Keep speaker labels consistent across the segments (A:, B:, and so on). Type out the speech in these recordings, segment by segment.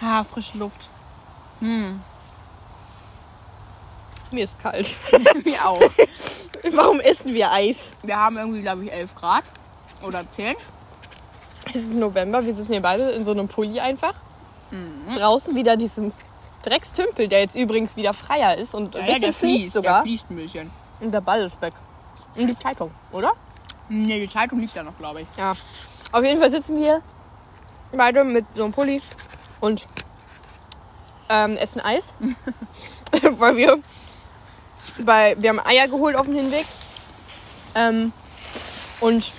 A: Ah, frische Luft. Hm,
B: Mir ist kalt.
A: mir auch.
B: Warum essen wir Eis?
A: Wir haben irgendwie, glaube ich, 11 Grad oder 10.
B: Es ist November, wir sitzen hier beide in so einem Pulli einfach.
A: Mhm.
B: Draußen wieder diesem Dreckstümpel, der jetzt übrigens wieder freier ist und ein bisschen fließt
A: der
B: sogar.
A: fließt ein bisschen.
B: Und der Ball ist weg. Und die Zeitung, oder?
A: Nee, die Zeitung liegt da noch, glaube ich.
B: Ja. Auf jeden Fall sitzen wir hier beide mit so einem Pulli und ähm, essen Eis. weil wir bei, wir haben Eier geholt auf dem Hinweg. Ähm, und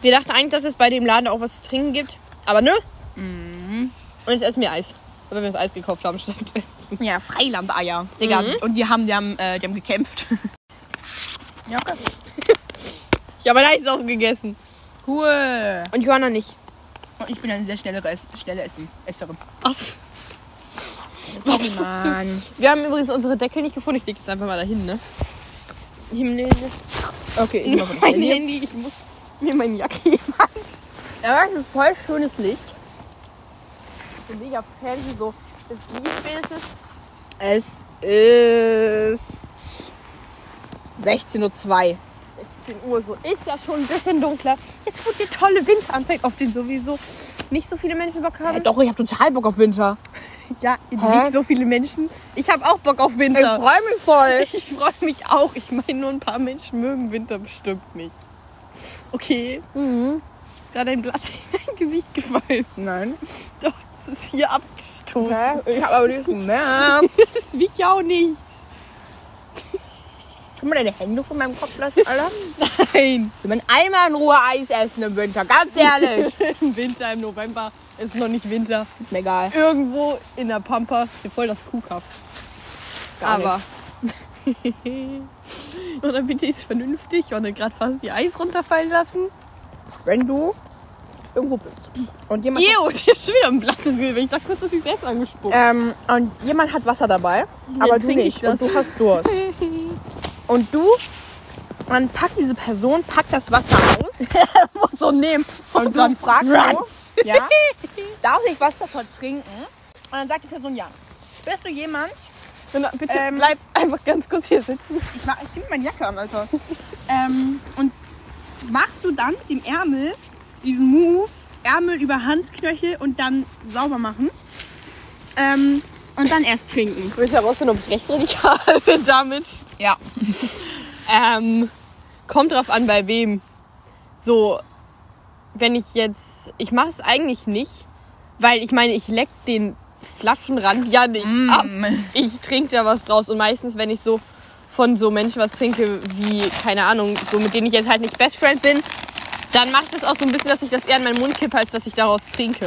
B: wir dachten eigentlich, dass es bei dem Laden auch was zu trinken gibt. Aber nö. Und jetzt essen wir Eis. Weil wir das Eis gekauft haben, stimmt.
A: Ja, Freilandeier. Mhm. Digga. Und die haben, die haben, äh, die haben gekämpft. ja, okay.
B: Ich habe ein Eis aufgegessen.
A: Cool.
B: Und Johanna nicht.
A: Und ich bin eine sehr schnelle, Ess schnelle Essen Esserin.
B: Was?
A: Sorry, Mann.
B: Wir haben übrigens unsere Deckel nicht gefunden. Ich leg das einfach mal dahin, ne? Himmel.
A: Okay, ich mache das
B: Mein
A: Handy.
B: Handy, ich muss mir meine Jacke geben.
A: Aber es ist voll schönes Licht.
B: Ich bin mega fancy, so. Das ist, wie spät ist es?
A: Es ist 16.02 Uhr.
B: 16 Uhr, so. Ist ja schon ein bisschen dunkler. Jetzt, wo der tolle Wind anfängt, auf den sowieso nicht so viele Menschen Bock haben.
A: doch, ich habe total Bock auf Winter.
B: Ja,
A: Hä?
B: nicht so viele Menschen. Ich habe auch Bock auf
A: Ich
B: Winter.
A: freue mich voll.
B: Ich freue mich auch. Ich meine, nur ein paar Menschen mögen Winter bestimmt nicht. Okay. Ist gerade ein Blatt in mein Gesicht gefallen.
A: Mhm. Nein.
B: Doch, das ist hier abgestoßen.
A: Ich habe aber nicht gemerkt.
B: Das wiegt ja auch nichts.
A: Kann man deine Hände von meinem Kopf lassen, Alter?
B: Nein.
A: Wenn man einmal in Ruhe Eis essen im Winter, ganz ehrlich.
B: Im Winter, im November ist noch nicht Winter.
A: Ist mir egal.
B: Irgendwo in der Pampa ist hier voll das Kuhkaff.
A: Gar
B: Aber. Und dann bitte ich es vernünftig und dann gerade fast die Eis runterfallen lassen.
A: Wenn du irgendwo bist und jemand,
B: Ew, der ist schon wieder im Blatt im Gesicht. Ich dachte kurz, dass ich selbst angespuckt
A: ähm, und jemand hat Wasser dabei, aber du
B: trinke ich
A: nicht und
B: das.
A: du hast Durst. Und du, dann packt diese Person, packt das Wasser aus
B: muss so nehmen.
A: und dann fragst
B: Run.
A: du, ja, darf ich was davon trinken? Und dann sagt die Person ja. Bist du jemand?
B: Und dann, bitte
A: Ähm.
B: bleib einfach ganz kurz hier sitzen.
A: Ich, mach, ich zieh mir meine Jacke an, Alter. ähm, und machst du dann mit dem Ärmel diesen Move, Ärmel über Handknöchel und dann sauber machen. Ähm, und dann erst trinken.
B: Du willst ja rausfinden, ob ich rechtsradikal bin damit.
A: Ja.
B: Ähm, kommt drauf an, bei wem. So, wenn ich jetzt. Ich mache es eigentlich nicht, weil ich meine, ich leck den Flaschenrand ja nicht
A: Hm. Mm.
B: ab.
A: Ah.
B: Ich trinke da was draus. Und meistens, wenn ich so von so Menschen was trinke, wie, keine Ahnung, so mit denen ich jetzt halt nicht Best Friend bin, dann macht es auch so ein bisschen, dass ich das eher in meinen Mund kippe, als dass ich daraus trinke.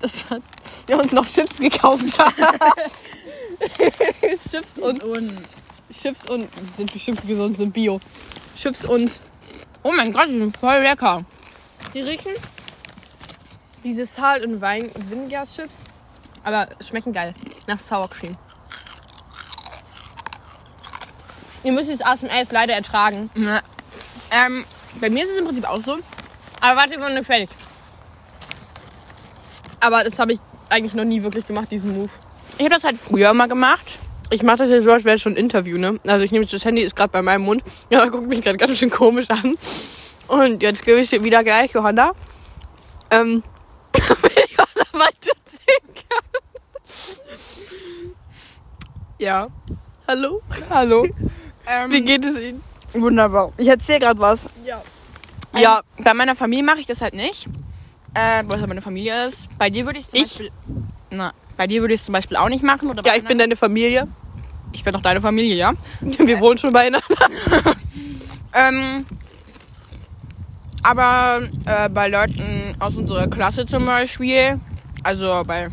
B: Das hat wir uns noch Chips gekauft haben. Chips und
A: Und, und.
B: Chips und die sind bestimmt gesund, sind Bio. Chips und
A: Oh mein Gott, die sind voll lecker.
B: die riechen diese Salt und Wein und Wingas Chips, aber schmecken geil nach Sour Cream. Ihr müsst es aus dem Eis leider ertragen.
A: Ja. Ähm, bei mir ist es im Prinzip auch so.
B: Aber warte, ich bin noch nicht fertig. Aber das habe ich eigentlich noch nie wirklich gemacht, diesen Move.
A: Ich habe das halt früher mal gemacht.
B: Ich mache das jetzt so, als wäre es schon ein Interview, ne? Also ich nehme jetzt das Handy, ist gerade bei meinem Mund. Ja, guckt mich gerade ganz schön komisch an. Und jetzt gebe ich dir wieder gleich, Johanna. Ähm, Johanna weiterzählen kann.
A: Ja.
B: Hallo?
A: Hallo. Ähm,
B: Wie geht es Ihnen?
A: Wunderbar. Ich erzähle gerade was.
B: Ja.
A: Ja, Ähm, bei meiner Familie mache ich das halt nicht. Äh, weil es halt meine Familie ist. Bei dir würde ich zum
B: Ich?
A: Beispiel. Na, bei dir würde ich es zum Beispiel auch nicht machen. Oder bei
B: Ja, ich bin
A: anderen-
B: deine Familie.
A: ich bin doch deine Familie, ja.
B: Wir wohnen schon beieinander.
A: Ähm, aber äh, bei Leuten aus unserer Klasse zum Beispiel, also bei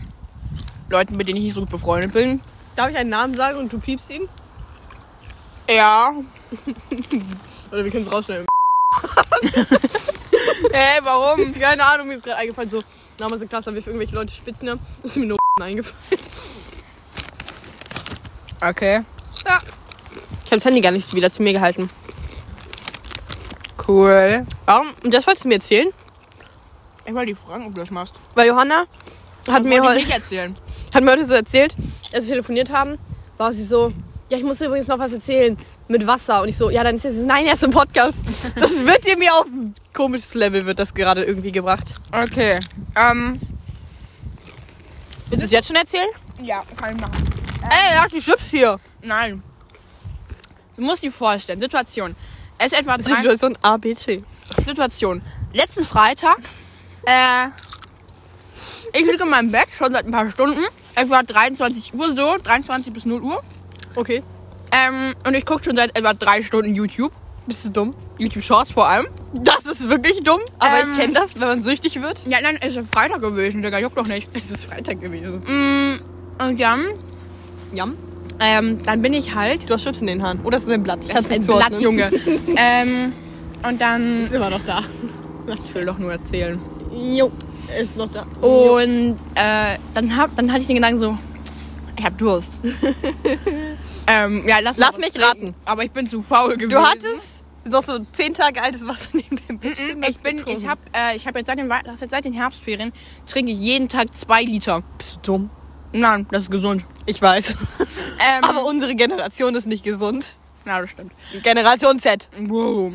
A: Leuten, mit denen ich nicht so gut befreundet bin,
B: Darf ich einen Namen sagen und du piepst ihn?
A: ja.
B: Oder wir können es rausschneiden.
A: Hey, warum?
B: Keine Ahnung, mir ist gerade eingefallen, so, damals in Klasse haben wir für irgendwelche Leute Spitzen haben. Ist mir nur eingefallen.
A: Okay,
B: Ich habe das Handy gar nicht wieder zu mir gehalten.
A: cool.
B: Warum? Und das wolltest du mir erzählen?
A: Ich wollte dich fragen, ob du das machst.
B: Weil Johanna hat mir,
A: wollte
B: heu,
A: ich nicht erzählen.
B: hat mir heute so erzählt, als wir telefoniert haben, war sie so, ja, ich muss dir übrigens noch was erzählen mit Wasser. Und ich so, ja, dann ist jetzt, nein, erst im Podcast. Das wird dir mir auf ein komisches Level wird das gerade irgendwie gebracht.
A: Okay. Ähm,
B: Willst du es jetzt schon erzählen?
A: ja, kann ich machen.
B: Ey, er hat die Chips hier.
A: Nein. Du musst dir vorstellen, Situation. Es ist etwa
B: Das ist die
A: drei,
B: Situation A, B, C.
A: Situation. Letzten Freitag, äh, ich liege in meinem Bett schon seit ein paar Stunden. Etwa 23 Uhr so, 23 bis 0 Uhr.
B: Okay.
A: Ähm, und ich gucke schon seit etwa drei Stunden YouTube.
B: Bist du dumm?
A: YouTube Shorts vor allem.
B: Das ist wirklich dumm, aber
A: Ähm.
B: ich kenne das, wenn man süchtig wird.
A: Ja, nein, es ist Freitag gewesen, Digga, juckt doch nicht.
B: Es ist Freitag gewesen.
A: Mm, Und dann,
B: Jam.
A: ähm, dann bin ich halt.
B: Du hast Chips in den Haaren. Oder ist es ein Blatt? Ich
A: Das ist ein Blatt, Junge. ähm, und dann.
B: Ist immer noch da.
A: Ich will doch nur erzählen.
B: Jo, er ist noch da. Oh.
A: Und äh, dann, hab, dann hatte ich den Gedanken so, ich hab Durst. ähm, ja, lass, mal
B: Lass
A: was
B: mich
A: trinken.
B: raten.
A: Aber ich bin zu faul gewesen.
B: Du hattest noch so zehn Tage altes Wasser neben dem Bildschirm.
A: Ich bin, ich hab, äh, ich hab jetzt seit den, Wei- das ist jetzt seit den Herbstferien trinke ich jeden Tag zwei Liter.
B: Bist du dumm?
A: Nein, das ist gesund.
B: Ich weiß.
A: Ähm,
B: Aber unsere Generation ist nicht gesund.
A: na, das stimmt.
B: Generation Z.
A: Wow.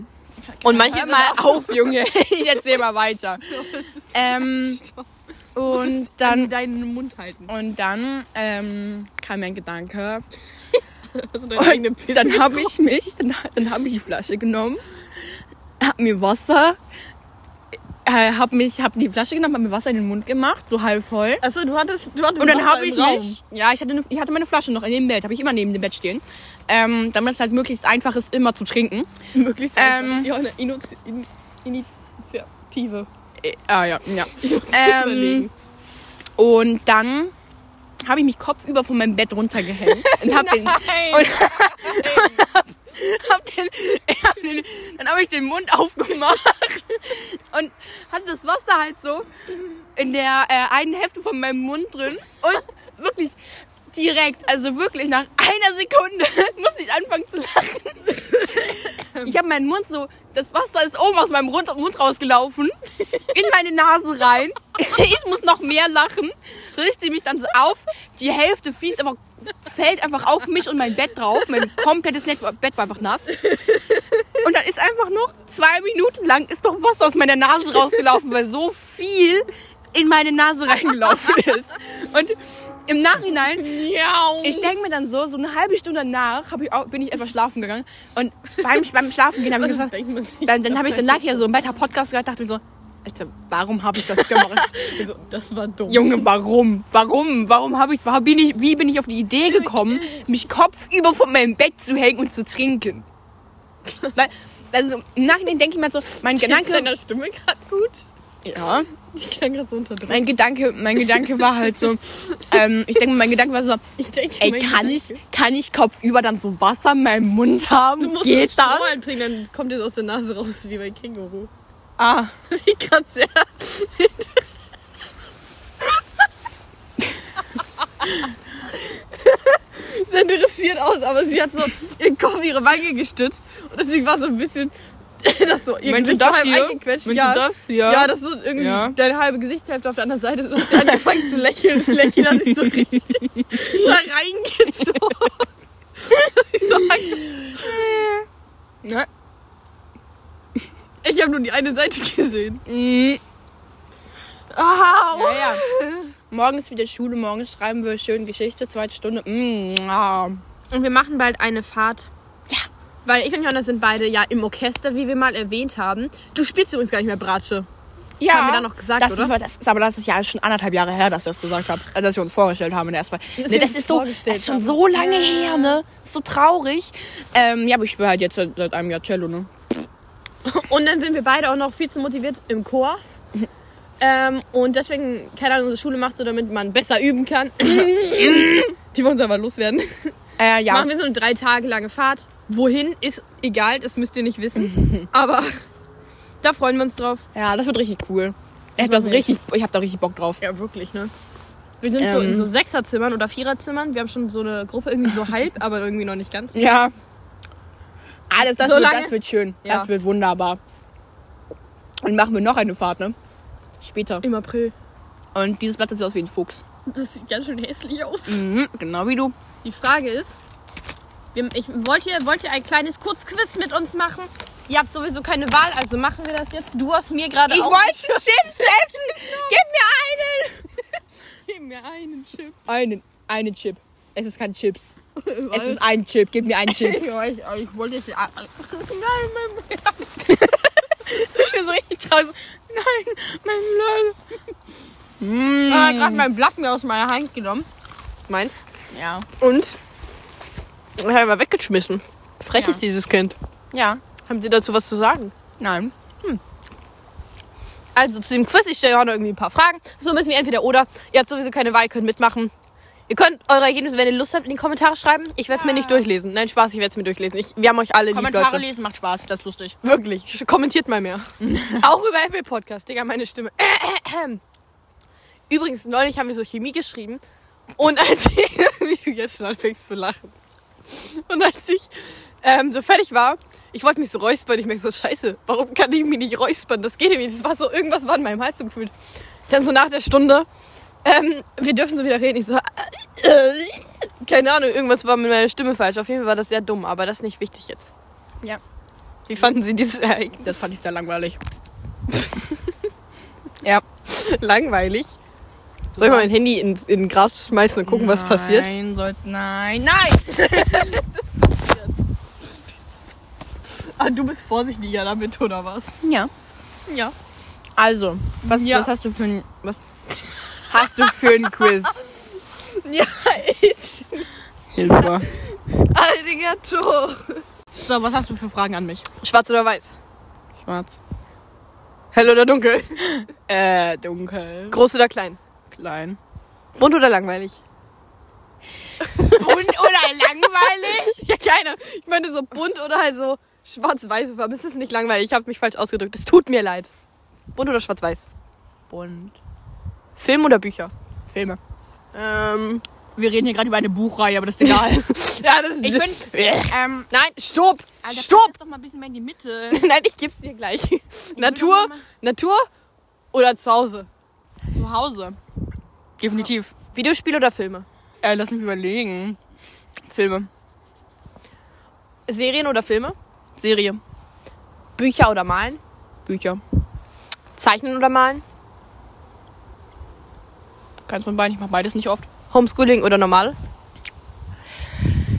B: Und manche
A: Hör
B: sind
A: mal
B: auch-
A: auf, Junge. Ich erzähl mal weiter. ähm, und dann,
B: deinen Mund halten.
A: und dann ähm, kam mir ein Gedanke.
B: Also deine eigene
A: Und
B: Pisse.
A: dann habe ich mich, dann, dann habe ich die Flasche genommen, hab mir Wasser, äh, hab mich, hab die Flasche genommen, hab mir Wasser in den Mund gemacht, so halb voll.
B: Achso, du hattest, du hattest
A: Und dann
B: Also Wasser
A: habe
B: im
A: ich
B: Raum.
A: mich, ja, ich hatte, eine- ich hatte meine Flasche noch in dem Bett, habe ich immer neben dem Bett stehen, ähm, damit es halt möglichst einfach ist, immer zu trinken.
B: Möglichst
A: Ähm.
B: einfach. ja, eine Inoz- In- Initiative.
A: Äh, ah ja, ja.
B: Ich muss
A: Ähm.
B: überlegen.
A: Und dann habe ich mich kopfüber von meinem Bett runtergehängt und hab den,
B: Nein.
A: hab den, hab den dann habe ich den Mund aufgemacht und hatte das Wasser halt so in der äh, einen Hälfte von meinem Mund drin und wirklich direkt, also wirklich nach einer Sekunde muss ich anfangen zu lachen. Ich habe meinen Mund so, das Wasser ist oben aus meinem Rund- Mund rausgelaufen, in meine Nase rein. Ich muss noch mehr lachen, richte mich dann so auf, die Hälfte fies einfach, fällt einfach auf mich und mein Bett drauf. Mein komplettes Net- Bett war einfach nass. Und dann ist einfach noch zwei Minuten lang ist noch Wasser aus meiner Nase rausgelaufen, weil so viel in meine Nase reingelaufen ist. Und im Nachhinein,
B: Miau.
A: ich denke mir dann so, so eine halbe Stunde nach hab ich auch, bin ich etwas schlafen gegangen. Und beim, beim Schlafen gehen habe ich gesagt,
B: denkt man sich.
A: dann, dann, hab ich, dann lag ich ja so im Bett, hab Podcast gehört, dachte mir so, Alter, warum habe ich das gemacht?
B: Also, das war dumm.
A: Junge, warum? Warum? Warum habe ich, warum bin ich, wie bin ich auf die Idee gekommen, mich kopfüber von meinem Bett zu hängen und zu trinken? Weil, also im Nachhinein denke ich mal so, mein
B: Danke.
A: Gedanke,
B: deiner Stimme gerade gut?
A: ja,
B: Die klang gerade so unter Druck.
A: mein Gedanke, mein Gedanke war halt so, ähm, ich denke, mein Gedanke war so,
B: Ich denke,
A: ey, kann ich, kann ich kopfüber dann so Wasser in meinem Mund haben?
B: Du musst
A: Geht das?
B: Strohhalm trinken, dann kommt dir das aus der Nase raus, wie bei Känguru.
A: Ah,
B: Die kann sehr. Sah interessiert aus, aber sie hat so ihren Kopf in ihre Wange gestützt und deswegen war so ein bisschen das so ihr
A: Meinst du
B: Gesicht
A: das
B: so halb
A: hier?
B: eingequetscht.
A: Meinst du
B: ja.
A: das hier?
B: Ja, das ist so irgendwie
A: Ja.
B: deine halbe Gesichtshälfte auf der anderen Seite ist und sie hat angefangen zu lächeln. Das Lächeln hat sich so richtig da reingezogen.
A: ne?
B: Ich habe nur die eine Seite gesehen.
A: Mm.
B: Au!
A: Ja, ja. Morgen ist wieder Schule, morgen schreiben wir schön Geschichte, zweite Stunde. Mm, ah.
B: Und wir machen bald eine Fahrt.
A: Ja.
B: Weil ich und Jonas sind beide ja im Orchester, wie wir mal erwähnt haben. Du spielst übrigens gar nicht mehr Bratsche. Das haben wir dann noch gesagt,
A: das
B: oder?
A: Ist, aber- das ist, aber das ist ja schon anderthalb Jahre her, dass ihr das gesagt habt, also, dass wir uns vorgestellt haben in der ersten Folge.
B: Dass
A: Nee,
B: wir
A: das
B: uns
A: ist so, das
B: vorgestellt
A: ist schon
B: haben.
A: so lange her, ne? Ist so traurig. Ähm, ja, aber ich spiele halt jetzt seit, seit einem Jahr Cello, ne?
B: Und dann sind wir beide auch noch viel zu motiviert im Chor. ähm, und deswegen, keine Ahnung, unsere Schule macht so, damit man besser üben kann. Die wollen uns aber loswerden.
A: Äh, ja.
B: Machen wir so eine drei Tage lange Fahrt. Wohin ist egal, das müsst ihr nicht wissen. aber da freuen wir uns drauf.
A: Ja, das wird richtig cool. Ich hab, da so
B: Wirklich.
A: richtig, ich hab da richtig Bock drauf.
B: Ja, wirklich, ne? Wir sind so in
A: Ähm.
B: so Sechserzimmern oder Viererzimmern. Wir haben schon so eine Gruppe irgendwie so halb, aber irgendwie noch nicht ganz.
A: Ja. Ah, das, das,
B: So
A: wird,
B: lange?
A: das wird schön.
B: Ja.
A: Das wird wunderbar. Und machen wir noch eine Fahrt, ne? Später.
B: Im April. Und dieses Blatt das sieht aus wie ein Fuchs.
A: Das sieht ganz schön hässlich aus.
B: Mhm, genau wie du.
A: Die Frage ist, wir, ich, wollt, ihr, wollt ihr ein kleines Kurzquiz mit uns machen? Ihr habt sowieso keine Wahl, also machen wir das jetzt. Du hast mir gerade auch...
B: Chips essen! Gib
A: Gib mir einen Chip.
B: mir einen! Einen, einen Chip. Es ist kein Chips. Es ist ein Chip. Gib mir einen Chip.
A: ich, weiß, ich wollte jetzt... Nein, mein
B: so richtig traurig. Nein, mein Lol. Mm.
A: Ich habe gerade Ah, mein Blatt mir aus meiner Hand genommen.
B: Meins.
A: Ja.
B: Und? Ich habe mal weggeschmissen. Frech
A: Ja.
B: ist dieses Kind.
A: Ja.
B: Haben Sie dazu was zu sagen?
A: Nein.
B: Also zu dem Quiz, ich stelle auch noch irgendwie ein paar Fragen. So müssen wir entweder oder. Ihr habt sowieso keine Wahl, könnt mitmachen. Ihr könnt eure Ergebnisse, wenn ihr Lust habt, in die Kommentare schreiben. Ich werde es mir nicht durchlesen. Nein, Spaß, ich werde es mir durchlesen. Ich, wir haben euch alle lieb,
A: Kommentare
B: Leute.
A: lesen macht Spaß, das ist lustig.
B: Wirklich, kommentiert mal mehr. auch über Apple Podcast, Digga, meine Stimme. Übrigens, neulich haben wir so Chemie geschrieben. Und als ich, wie du jetzt schon anfängst zu lachen. Und als ich ähm, so fertig war, ich wollte mich so räuspern. Ich merke so, scheiße, warum kann ich mich nicht räuspern? Das geht irgendwie nicht. Das war so, irgendwas war in meinem Hals so gefühlt. Dann so nach der Stunde, ähm, wir dürfen so wieder reden. Ich so, äh, äh, keine Ahnung, irgendwas war mit meiner Stimme falsch. Auf jeden Fall war das sehr dumm, aber das ist nicht wichtig jetzt.
A: Ja.
B: Wie fanden Sie dieses Ereignis?
A: Das fand ich sehr langweilig.
B: Ja, langweilig. Soll ich mal mein Handy in, in Gras schmeißen und gucken, was passiert?
A: Nein, soll's. Nein, nein!
B: Ah, du bist vorsichtiger damit, oder was?
A: Ja.
B: Ja.
A: Also, was,
B: Ja.
A: was hast du für ein. Was
B: Hast du
A: für ein Quiz?
B: Ja, ich.
A: Hilfe.
B: Alter, Joe.
A: So, was hast du für Fragen an mich?
B: Schwarz oder weiß?
A: Schwarz.
B: Hell oder dunkel?
A: Äh, dunkel.
B: Groß oder klein?
A: Klein.
B: Bunt oder langweilig?
A: Bunt oder langweilig?
B: Ja, keine. Ich meine so bunt oder halt so schwarz-weiße Farben. Es ist nicht langweilig. Ich habe mich falsch ausgedrückt. Es tut mir leid. Bunt oder schwarz-weiß?
A: Bunt.
B: Film oder Bücher?
A: Filme.
B: Ähm.
A: Wir reden hier gerade über eine Buchreihe, aber das ist egal.
B: Ja, das ist.
A: Ich bin- ähm,
B: Nein, stopp!
A: Alter,
B: stopp!
A: pack das doch mal ein bisschen mehr in die Mitte.
B: Nein, ich geb's dir gleich. Natur,
A: doch mal-
B: Natur oder zu Hause?
A: Zu Hause. Definitiv.
B: Videospiele oder Filme?
A: Äh, lass mich überlegen. Filme.
B: Serien oder Filme?
A: Serie.
B: Bücher oder Malen?
A: Bücher.
B: Zeichnen oder Malen?
A: Keins von beiden. Ich mache beides nicht oft.
B: Homeschooling oder normal?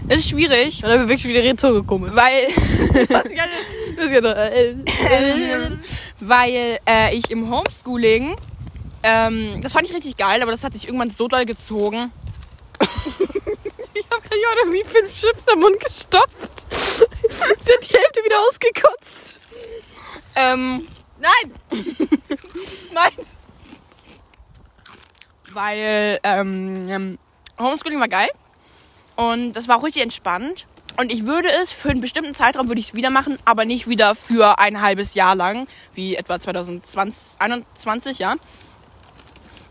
A: Es ist schwierig.
B: Oder bewegt wieder ihre Zunge komisch. Weil. Was ist das? Was ist das? Äh, äh, äh.
A: weil äh, ich im Homeschooling, ähm, das fand ich richtig geil, aber das hat sich irgendwann so doll gezogen.
B: Ich hab gerade Johanna wie fünf Chips am Mund gestopft. Sie hat die Hälfte wieder ausgekotzt.
A: Ähm,
B: Nein! Meins!
A: weil ähm, ähm, Homeschooling war geil und das war auch richtig entspannt. Und ich würde es für einen bestimmten Zeitraum würde ich es wieder machen, aber nicht wieder für ein halbes Jahr lang, wie etwa 2020, 21 ja.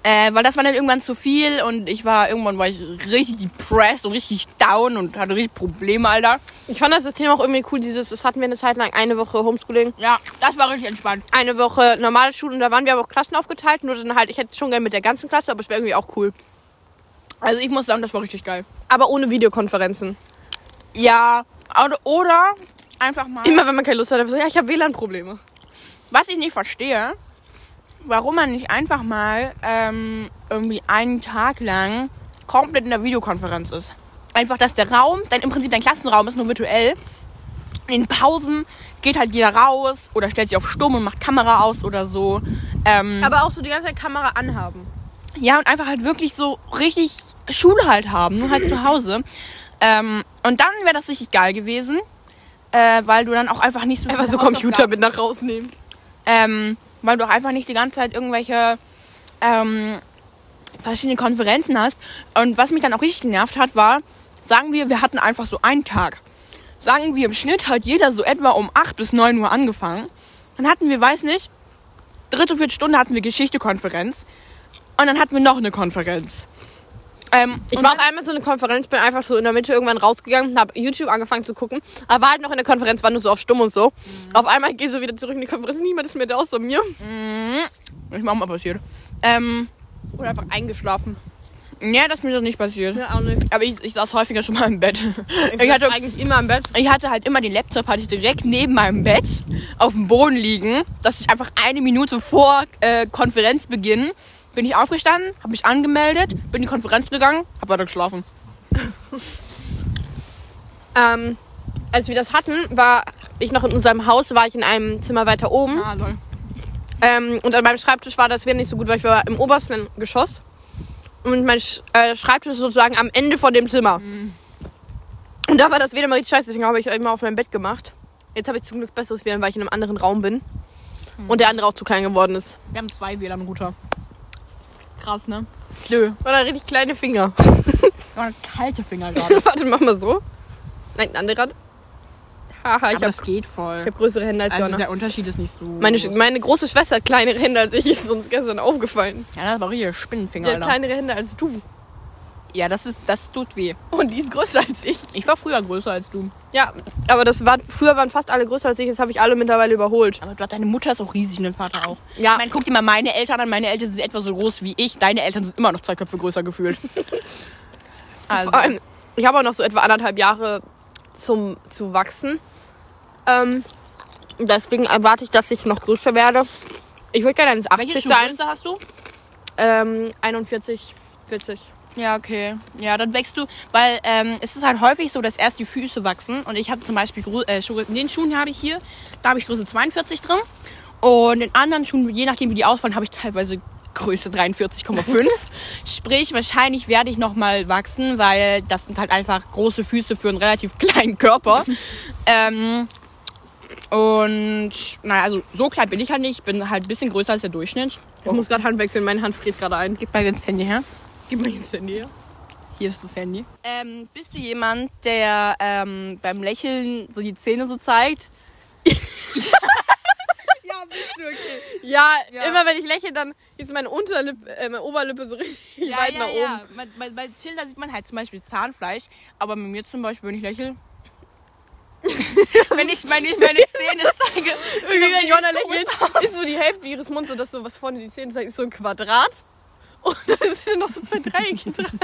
A: Äh, weil das war dann irgendwann zu viel und ich war irgendwann war ich richtig depressed und richtig down und hatte richtig Probleme, Alter.
B: Ich fand das System auch irgendwie cool, dieses, das hatten wir eine Zeit lang, eine Woche Homeschooling.
A: Ja, das war richtig entspannt.
B: eine Woche normale Schule und da waren wir aber auch Klassen aufgeteilt. Nur dann halt, ich hätte es schon gerne mit der ganzen Klasse, aber es wäre irgendwie auch cool.
A: Also ich muss sagen, das war richtig geil.
B: Aber ohne Videokonferenzen.
A: Ja, oder, oder einfach mal.
B: Immer wenn man keine Lust hat, dann so, ja, ich habe WLAN-Probleme.
A: Was ich nicht verstehe, warum man nicht einfach mal ähm, irgendwie einen Tag lang komplett in der Videokonferenz ist. Einfach, dass der Raum, dann im Prinzip dein Klassenraum ist nur virtuell. In Pausen geht halt jeder raus oder stellt sich auf Stumm und macht Kamera aus oder so. Ähm,
B: Aber auch so die ganze Zeit Kamera anhaben.
A: ja, und einfach halt wirklich so richtig Schule halt haben, nur halt zu Hause. Ähm, und dann wäre das richtig geil gewesen, äh, weil du dann auch einfach nicht so
B: Einfach so
A: viele
B: Computer mit nach rausnehmen.
A: ähm, weil du auch einfach nicht die ganze Zeit irgendwelche ähm, verschiedene Konferenzen hast. Und was mich dann auch richtig genervt hat, war, sagen wir, wir hatten einfach so einen Tag. Sagen wir, im Schnitt hat jeder so etwa um 8 bis 9 Uhr angefangen. Dann hatten wir, weiß nicht, dritte, vierte Stunde hatten wir Geschichte-Konferenz. Und dann hatten wir noch eine Konferenz. Ähm,
B: Ich
A: und
B: war auf
A: dann-
B: einmal so eine Konferenz, bin einfach so in der Mitte irgendwann rausgegangen und habe YouTube angefangen zu gucken. Aber war halt noch in der Konferenz, war nur so auf Stumm und so. Auf einmal gehe so wieder zurück in die Konferenz, niemand ist mehr da außer mir.
A: Ich mach mal passiert. Ähm,
B: Oder einfach eingeschlafen.
A: Ja, das ist mir doch nicht passiert.
B: Ja, auch nicht.
A: Aber ich, ich saß häufiger schon mal im Bett.
B: Ich
A: Ich
B: hatte
A: hatte,
B: eigentlich immer im Bett.
A: ich hatte halt immer den Laptop, hatte ich direkt neben meinem Bett auf dem Boden liegen, dass ich einfach eine Minute vor äh, Konferenzbeginn bin ich aufgestanden, habe mich angemeldet, bin in die Konferenz gegangen, habe weiter geschlafen.
B: Ähm, als wir das hatten, war ich noch in unserem Haus, war ich in einem Zimmer weiter oben.
A: Ah, lol.
B: Ähm, und an meinem Schreibtisch war das wieder nicht so gut, weil ich war im obersten Geschoss. Und mein Sch äh, Schreibtisch ist sozusagen am Ende von dem Zimmer. Und da war das wieder mal richtig scheiße, deswegen habe ich immer auf meinem Bett gemacht. Jetzt habe ich zum Glück besseres WLAN, weil ich in einem anderen Raum bin. Und der andere auch zu klein geworden ist.
A: Wir haben zwei WLAN-Router. Krass, ne? Nö.
B: Oder richtig kleine Finger.
A: Oh, kalte Finger gerade.
B: Warte, mach mal so. Nein, ein anderer. Haha, ich
A: Aber
B: habe
A: das geht voll.
B: ich hab größere Hände als
A: also
B: Johanna.
A: der Unterschied ist nicht so.
B: Meine,
A: groß.
B: Sch- meine große Schwester hat kleinere Hände als ich, ist uns gestern aufgefallen.
A: ja, das war hier Spinnenfinger,
B: Die hat
A: Alter.
B: kleinere Hände als du.
A: Ja, das ist, das tut weh.
B: Und die ist größer als ich.
A: Ich war früher größer als du.
B: Ja, aber das war, früher waren fast alle größer als ich, jetzt habe ich alle mittlerweile überholt.
A: Aber du- deine Mutter ist auch riesig und dein Vater auch.
B: Ja,
A: Ich meine, guck dir mal meine Eltern an. Meine Eltern sind etwa so groß wie ich. Deine Eltern sind immer noch zwei Köpfe größer gefühlt. Also,
B: vor allem, ich habe auch noch so etwa anderthalb Jahre zum zu wachsen. Ähm, deswegen erwarte ich, dass ich noch größer werde. Ich würde gerne ins 80 sein.
A: hast du?
B: Ähm, 41, 40.
A: Ja, okay. Ja, dann wächst du, weil ähm, es ist halt häufig so, dass erst die Füße wachsen. Und ich habe zum Beispiel Grö- äh, Schuhe, in den Schuhen habe ich hier, da habe ich Größe 42 drin. Und in anderen Schuhen, je nachdem wie die ausfallen, habe ich teilweise Größe 43,5. Sprich, wahrscheinlich werde ich nochmal wachsen, weil das sind halt einfach große Füße für einen relativ kleinen Körper. ähm, und naja, also so klein bin ich halt nicht. Ich bin halt ein bisschen größer als der Durchschnitt.
B: Ich muss gerade Hand wechseln, meine Hand friert gerade ein.
A: Gib mal das Handy her.
B: Gib mir jetzt Handy. her.
A: Hier ist das Handy. Ähm, bist du jemand, der ähm, beim Lächeln so die Zähne so zeigt? ja, bist du, okay.
B: Ja, immer wenn ich lächle, dann ist meine Unterlippe, äh, meine Oberlippe so richtig
A: Ja,
B: weit
A: ja,
B: nach oben.
A: ja. Bei, bei, bei Childa sieht man halt zum Beispiel Zahnfleisch, aber bei mir zum Beispiel, wenn ich lächle... wenn ich meine, meine Zähne zeige...
B: Irgendwie, wenn
A: sieht
B: Johanna
A: das komisch
B: lächelt, ist so die Hälfte ihres Mundes, so dass so was vorne die Zähne zeigt, ist so ein Quadrat. Und dann sind noch so zwei Dreiecke dran.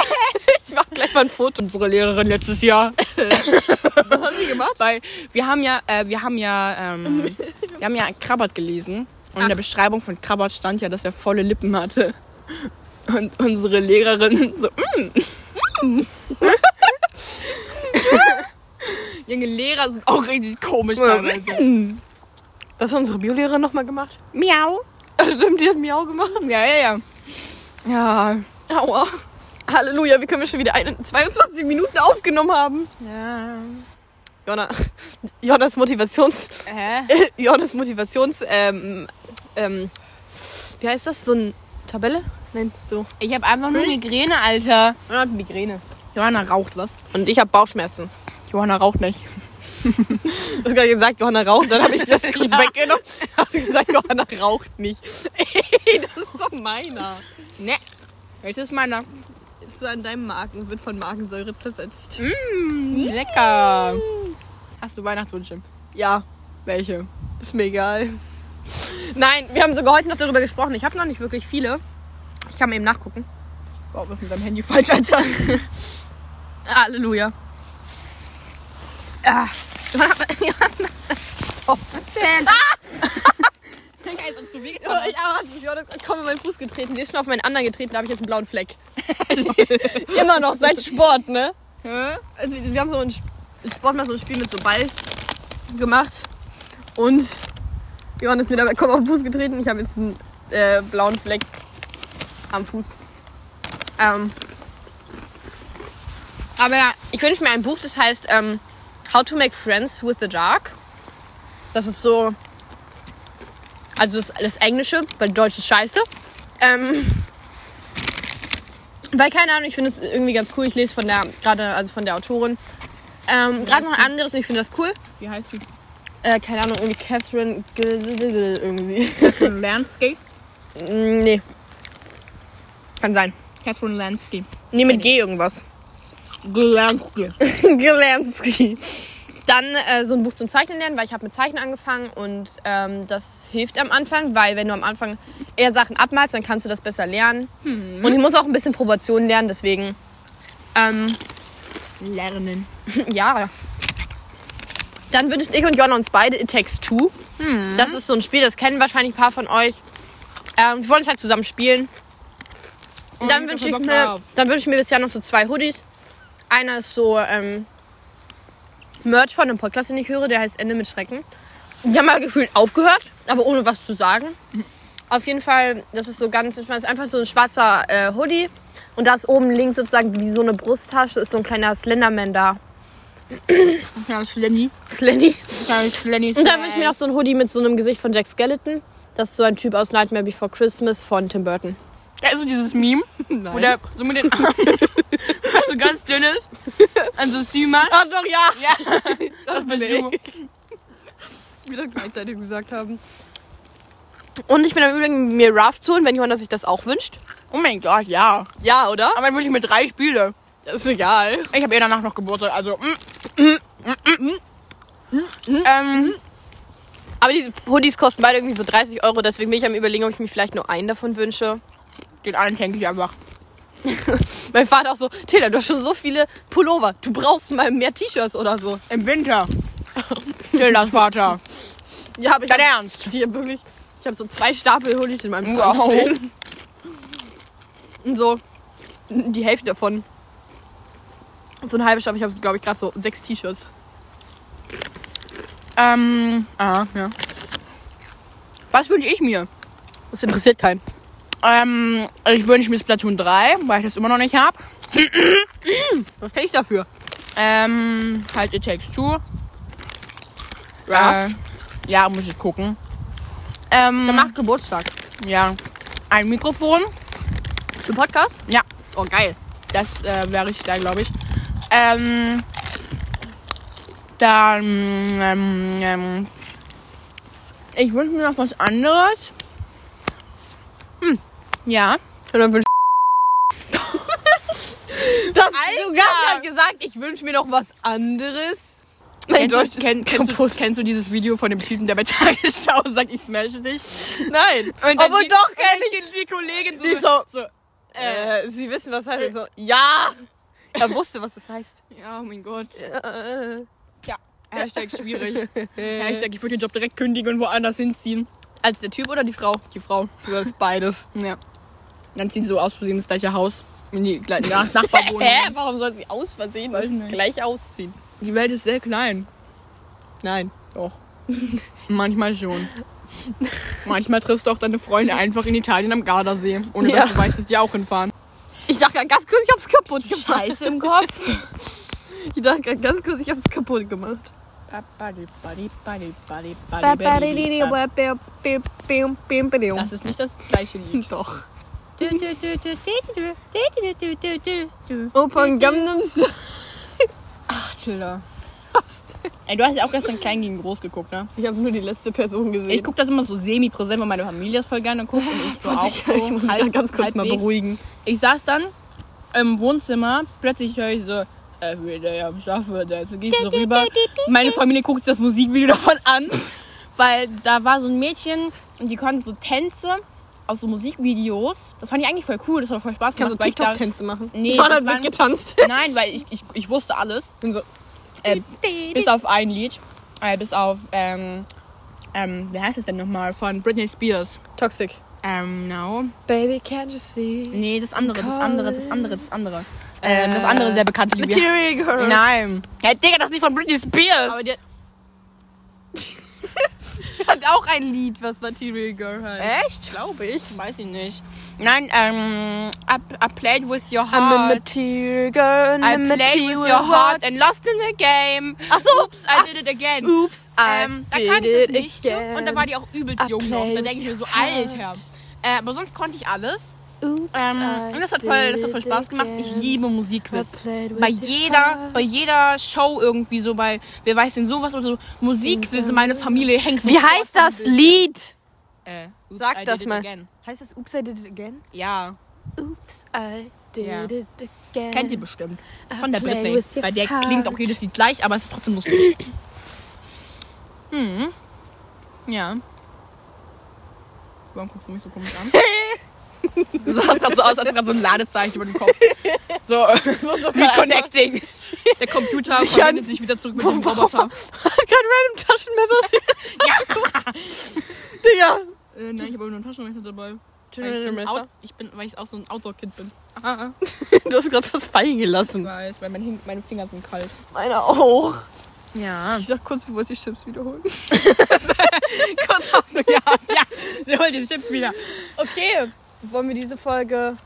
B: ich mach gleich mal ein Foto.
A: Unsere Lehrerin letztes Jahr.
B: Was haben sie gemacht?
A: Weil wir haben ja, äh, wir haben ja, ähm, wir haben ja Krabbert gelesen. Und in der Beschreibung von Krabbert stand ja, dass er volle Lippen hatte. Und unsere Lehrerin so, mm. mm." Junge Lehrer sind auch richtig komisch teilweise.
B: Das hat unsere Biolehrerin nochmal gemacht.
A: Miau.
B: Stimmt, die hat Miau gemacht.
A: Ja, ja, ja. Ja.
B: Aua. Halleluja, wie können wir schon wieder eine, 22 Minuten aufgenommen haben?
A: Ja.
B: Jonna, Jonas Motivations...
A: Hä?
B: Jonas Motivations... Ähm, ähm, wie heißt das? So eine Tabelle? Nein, so.
A: Ich habe einfach nur Migräne, Alter.
B: Jonna hat Migräne.
A: Hm? Johanna raucht was.
B: Und ich habe Bauchschmerzen.
A: Johanna raucht nicht.
B: Du hast gerade gesagt, Johanna raucht, dann habe ich das kurz
A: Ja.
B: weggenommen. Hast du gesagt, Johanna raucht nicht. Ey, das ist doch meiner.
A: Ne. Jetzt ist meiner.
B: Ist so an deinem Magen, wird von Magensäure zersetzt.
A: Mmh. Lecker. Hast du Weihnachtswünsche?
B: Ja,
A: Welche?
B: ist mir egal. Nein, wir haben sogar heute noch darüber gesprochen. Ich habe noch nicht wirklich viele. Ich kann mal eben nachgucken.
A: Wow, was ist mit deinem Handy falsch, Alter?
B: Halleluja. Ah. Oh, ich ah, ich habe kaum in meinen Fuß getreten. Die ist schon auf meinen anderen getreten, da habe ich jetzt einen blauen Fleck. Immer noch, seit Sport, ne?
A: Hä?
B: Also wir wir haben so ein Sp- Sport mal so ein Spiel mit so Ball gemacht und Johann ist mir dabei kaum auf den Fuß getreten. Ich habe jetzt einen äh, blauen Fleck am Fuß. Ähm, aber ja, ich wünsche mir ein Buch, das heißt ähm, How to Make Friends with the Dark. Das ist so, also das, das Englische, weil Deutsch ist scheiße. Ähm, weil keine Ahnung, ich finde es irgendwie ganz cool. Ich lese von der gerade, also von der Autorin. Ähm, gerade noch ein anderes und ich finde das cool.
A: Wie heißt du?
B: Äh, keine Ahnung, irgendwie Catherine G- irgendwie. Mm,
A: Catherine Lansky?
B: nee. Kann sein.
A: Catherine Lansky.
B: Nee, mit G irgendwas.
A: Glansky.
B: Gelanski. dann äh, so ein Buch zum Zeichnen lernen, weil ich habe mit Zeichnen angefangen und ähm, das hilft am Anfang, weil wenn du am Anfang eher Sachen abmalst, dann kannst du das besser lernen. Und ich muss auch ein bisschen Proportionen lernen, deswegen ähm,
A: Lernen.
B: ja. Dann wünschen ich und Jonna uns beide It Takes Two.
A: Mhm.
B: Das ist so ein Spiel, das kennen wahrscheinlich ein paar von euch. Ähm, wir wollen es halt zusammen spielen. dann
A: Oh, ich
B: wünsche
A: hab
B: ich,
A: Bock
B: mir-
A: drauf.
B: dann wünsch ich mir bisher noch so zwei Hoodies. Einer ist so ähm, Merch von einem Podcast, den ich höre, der heißt Ende mit Schrecken. Die haben mal gefühlt aufgehört, aber ohne was zu sagen. Auf jeden Fall, das ist so ganz, ich meine, es ist einfach so ein schwarzer äh, Hoodie. Und da ist oben links sozusagen wie so eine Brusttasche, ist so ein kleiner Slenderman da.
A: Ja, Schlenny.
B: Slendy.
A: Ja, Schlenny.
B: Und dann wünsche ich mir noch so ein Hoodie mit so einem Gesicht von Jack Skeleton. Das ist so ein Typ aus Nightmare Before Christmas von Tim Burton.
A: Also dieses Meme, wo der so mit den Armen so ganz dünn ist. Also Simon.
B: Ach Oh, doch, ja!
A: Ja, das bist
B: bin
A: du.
B: Wie wir gleichzeitig gesagt haben. Und ich bin am Übrigen mir Ralph zu holen, wenn Johanna sich das auch wünscht.
A: Oh mein Gott, ja.
B: Ja, oder?
A: Aber dann würde ich mit drei Spiele.
B: Ist egal.
A: Ich habe eh danach noch Geburtstag, also. mm.
B: Ähm, aber diese Hoodies kosten beide irgendwie so 30 Euro, deswegen bin ich am Überlegen, ob ich mir vielleicht nur einen davon wünsche.
A: Den einen schenke ich einfach.
B: Mein Vater auch so, Taylor, du hast schon so viele Pullover. Du brauchst mal mehr T-Shirts oder so.
A: Im Winter. Tildas Vater.
B: Ja, aber ich
A: Dein
B: hab,
A: Ernst?
B: ich hab wirklich, ich habe so zwei Stapel Hoodies in meinem Schrank
A: Wow.
B: stehen. Und so die Hälfte davon. So ein halber Stapel, ich habe glaube ich gerade so sechs T-Shirts.
A: Ähm, ah, ja. Was wünsche ich mir?
B: Das interessiert keinen.
A: Ähm, ich wünsche mir Splatoon 3, weil ich das immer noch nicht habe.
B: Was krieg ich dafür?
A: Ähm, halt It Takes Two.
B: Ralph?
A: Äh, ja, muss ich gucken. Ähm,
B: Der macht Geburtstag.
A: ja. Ein Mikrofon.
B: Für Podcast?
A: Ja,
B: Oh, geil.
A: das äh, wäre ich da, glaube ich. Ähm, dann, ähm, ähm, ich wünsche mir noch was anderes. Hm, ja.
B: Und dann wünsch das, Du hast
A: halt
B: gerade gesagt, ich wünsche mir noch was anderes. Mein
A: Kennst du-
B: Deutsch ist
A: kenn, kennst, du, kennst du dieses Video von dem Typen, der bei Tagesschau sagt, ich smashe dich?
B: Nein.
A: dann
B: Obwohl
A: die-
B: doch, kenn ich.
A: Die Kollegin
B: Die so,
A: so.
B: Äh, sie wissen, was heißt so. Ja! Er wusste, was das heißt.
A: Ja, oh mein Gott.
B: Äh,
A: Ja. Hashtag schwierig. Hashtag, ich würde den Job direkt kündigen und woanders hinziehen.
B: Als der Typ oder die Frau?
A: Die Frau.
B: Du hast beides.
A: Ja. Dann ziehen sie so aus Versehen ins gleiche Haus. In die gleichen Nach Nachbarwohnung.
B: Warum soll sie aus Versehen
A: Weiß nicht.
B: Also gleich ausziehen?
A: die Welt ist sehr klein.
B: Nein.
A: Doch. Manchmal schon. Manchmal triffst du auch deine Freunde einfach in Italien am Gardasee. Ohne
B: Ja.
A: dass du weißt, dass die auch hinfahren.
B: Ich dachte gerade ganz kurz, ich hab's kaputt gemacht.
A: Scheiße im Kopf.
B: Ich dachte gerade ganz kurz, ich hab's kaputt gemacht.
A: Das ist nicht das gleiche Lied.
B: Doch.
C: Ach,
B: Opern Gangnam Style.
A: Ach, Tilda. Ey, du hast ja auch gestern klein gegen groß geguckt, ne?
B: Ich habe nur die letzte Person gesehen.
A: Ich gucke das immer so semi-präsent, weil meine Familie das voll gerne guckt und ich so auch
B: ich,
A: so
B: ich muss mich
A: halb-
B: grad ganz kurz mal
A: halbwegs.
B: beruhigen.
A: Ich saß dann im Wohnzimmer, plötzlich höre ich so, äh, every day I'm shuffle dance. Dann gehe ich so rüber. Meine Familie guckt sich das Musikvideo davon an, weil da war so ein Mädchen und die konnte so Tänze aus so Musikvideos. Das fand ich eigentlich voll cool, das hat voll Spaß
B: Kannst
A: gemacht.
B: du
A: weil ich da-
B: TikTok-Tänze machen?
A: Nee,
B: ich war da
A: das waren-
B: mitgetanzt.
A: Nein, weil ich, ich, ich wusste alles.
B: Bin so,
A: Bis auf ein Lied. Äh, bis auf, ähm, ähm, wie heißt es denn nochmal? Von Britney Spears.
B: toxic.
A: Ähm, no.
B: Baby, can't you see?
A: Nee, das andere, das andere, das andere, das andere. Ähm, das andere sehr bekannte Lied.
B: Material Girl.
A: Nein. Ja, Hm. Digga, das ist nicht von Britney Spears.
B: Aber die hat, hat auch ein Lied, was Material Girl heißt.
A: Echt?
B: Glaube ich.
A: Weiß ich nicht. Nein, ähm, I, I played with your
B: I'm a
A: heart.
B: material girl,
A: I
B: I'm a
A: played
B: material
A: with your heart and lost in the game.
B: Ach so,
A: Oops, I did it again.
B: Oops, I
A: Ähm, da
B: did
A: kann ich das
B: it
A: nicht. so.
B: again.
A: Und da war die auch übelst
B: I
A: jung noch. Da
B: played
A: denke ich mir so,
B: with your
A: Alter. Äh, aber sonst konnte ich alles.
B: Oops,
A: Ähm, und das hat
B: I
A: voll, das hat
B: did
A: voll
B: it
A: Spaß gemacht. Ich
B: again.
A: liebe
B: I
A: Musikquiz.
B: played with
A: bei
B: your
A: jeder,
B: heart.
A: bei jeder Show irgendwie so bei wer weiß denn sowas oder so Musikquiz meine Familie hängt
B: Wie heißt das Lied?
A: Äh, oops,
B: Sag
A: I
B: das
A: did it
B: mal.
A: again.
B: Heißt das Oops, I did it again?
A: Ja.
C: Oops, I did
A: Ja.
C: it again.
A: Kennt ihr bestimmt.
C: I
A: Von der
C: play
A: Britney.
C: with your
A: Bei der
C: heart.
A: klingt auch jedes Lied gleich, aber es ist trotzdem lustig. hm. Ja. Warum guckst du mich so komisch an? Du sahst gerade so aus, als gerade so ein Ladezeichen über dem Kopf. So, reconnecting. Der Computer verbindet sich wieder zurück mit dem Roboter.
B: Hat gerade random Taschenmesser aus Ja.
A: Äh, nein, ich habe nur ein Taschenmesser dabei. Weil Ich bin, out,
B: Digga.
A: ich bin, weil ich auch so ein Outdoor-Kind bin.
B: Du hast gerade was fallen
A: Ich
B: gelassen.
A: weiß, weil mein Hin- meine Finger sind kalt.
B: Meine auch.
A: Ja.
B: Ich dachte kurz, du wolltest die Chips wiederholen.
A: Kurz Hoffnung gehabt. Ja, sie holt die Chips wieder.
B: Okay. Wollen wir diese Folge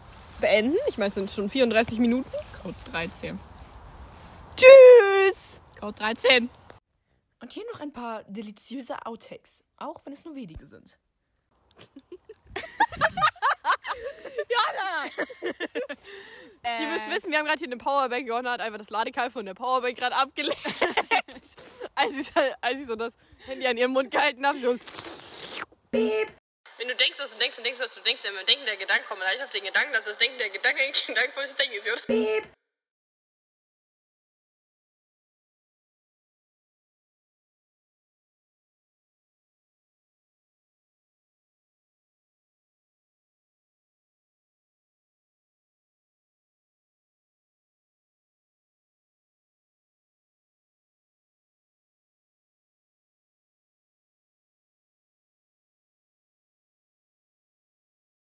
B: beenden? Ich meine, es sind schon 34 Minuten.
A: Code 13.
B: Tschüss.
A: Code 13. Und hier noch ein paar deliziöse Outtakes, auch wenn es nur wenige sind.
B: Ihr müsst wissen, wir haben gerade hier eine Powerbank. Johanna hat einfach das Ladekabel von der Powerbank gerade abgelegt. als, sie, als sie so das Handy an ihrem Mund gehalten haben, so. Wenn du denkst, dass du denkst und denkst, dass du denkst, dann denken der Gedanke kommt leicht auf den Gedanken, dass das Denken der Gedanke ein Gedanke ist, denken sie, oder?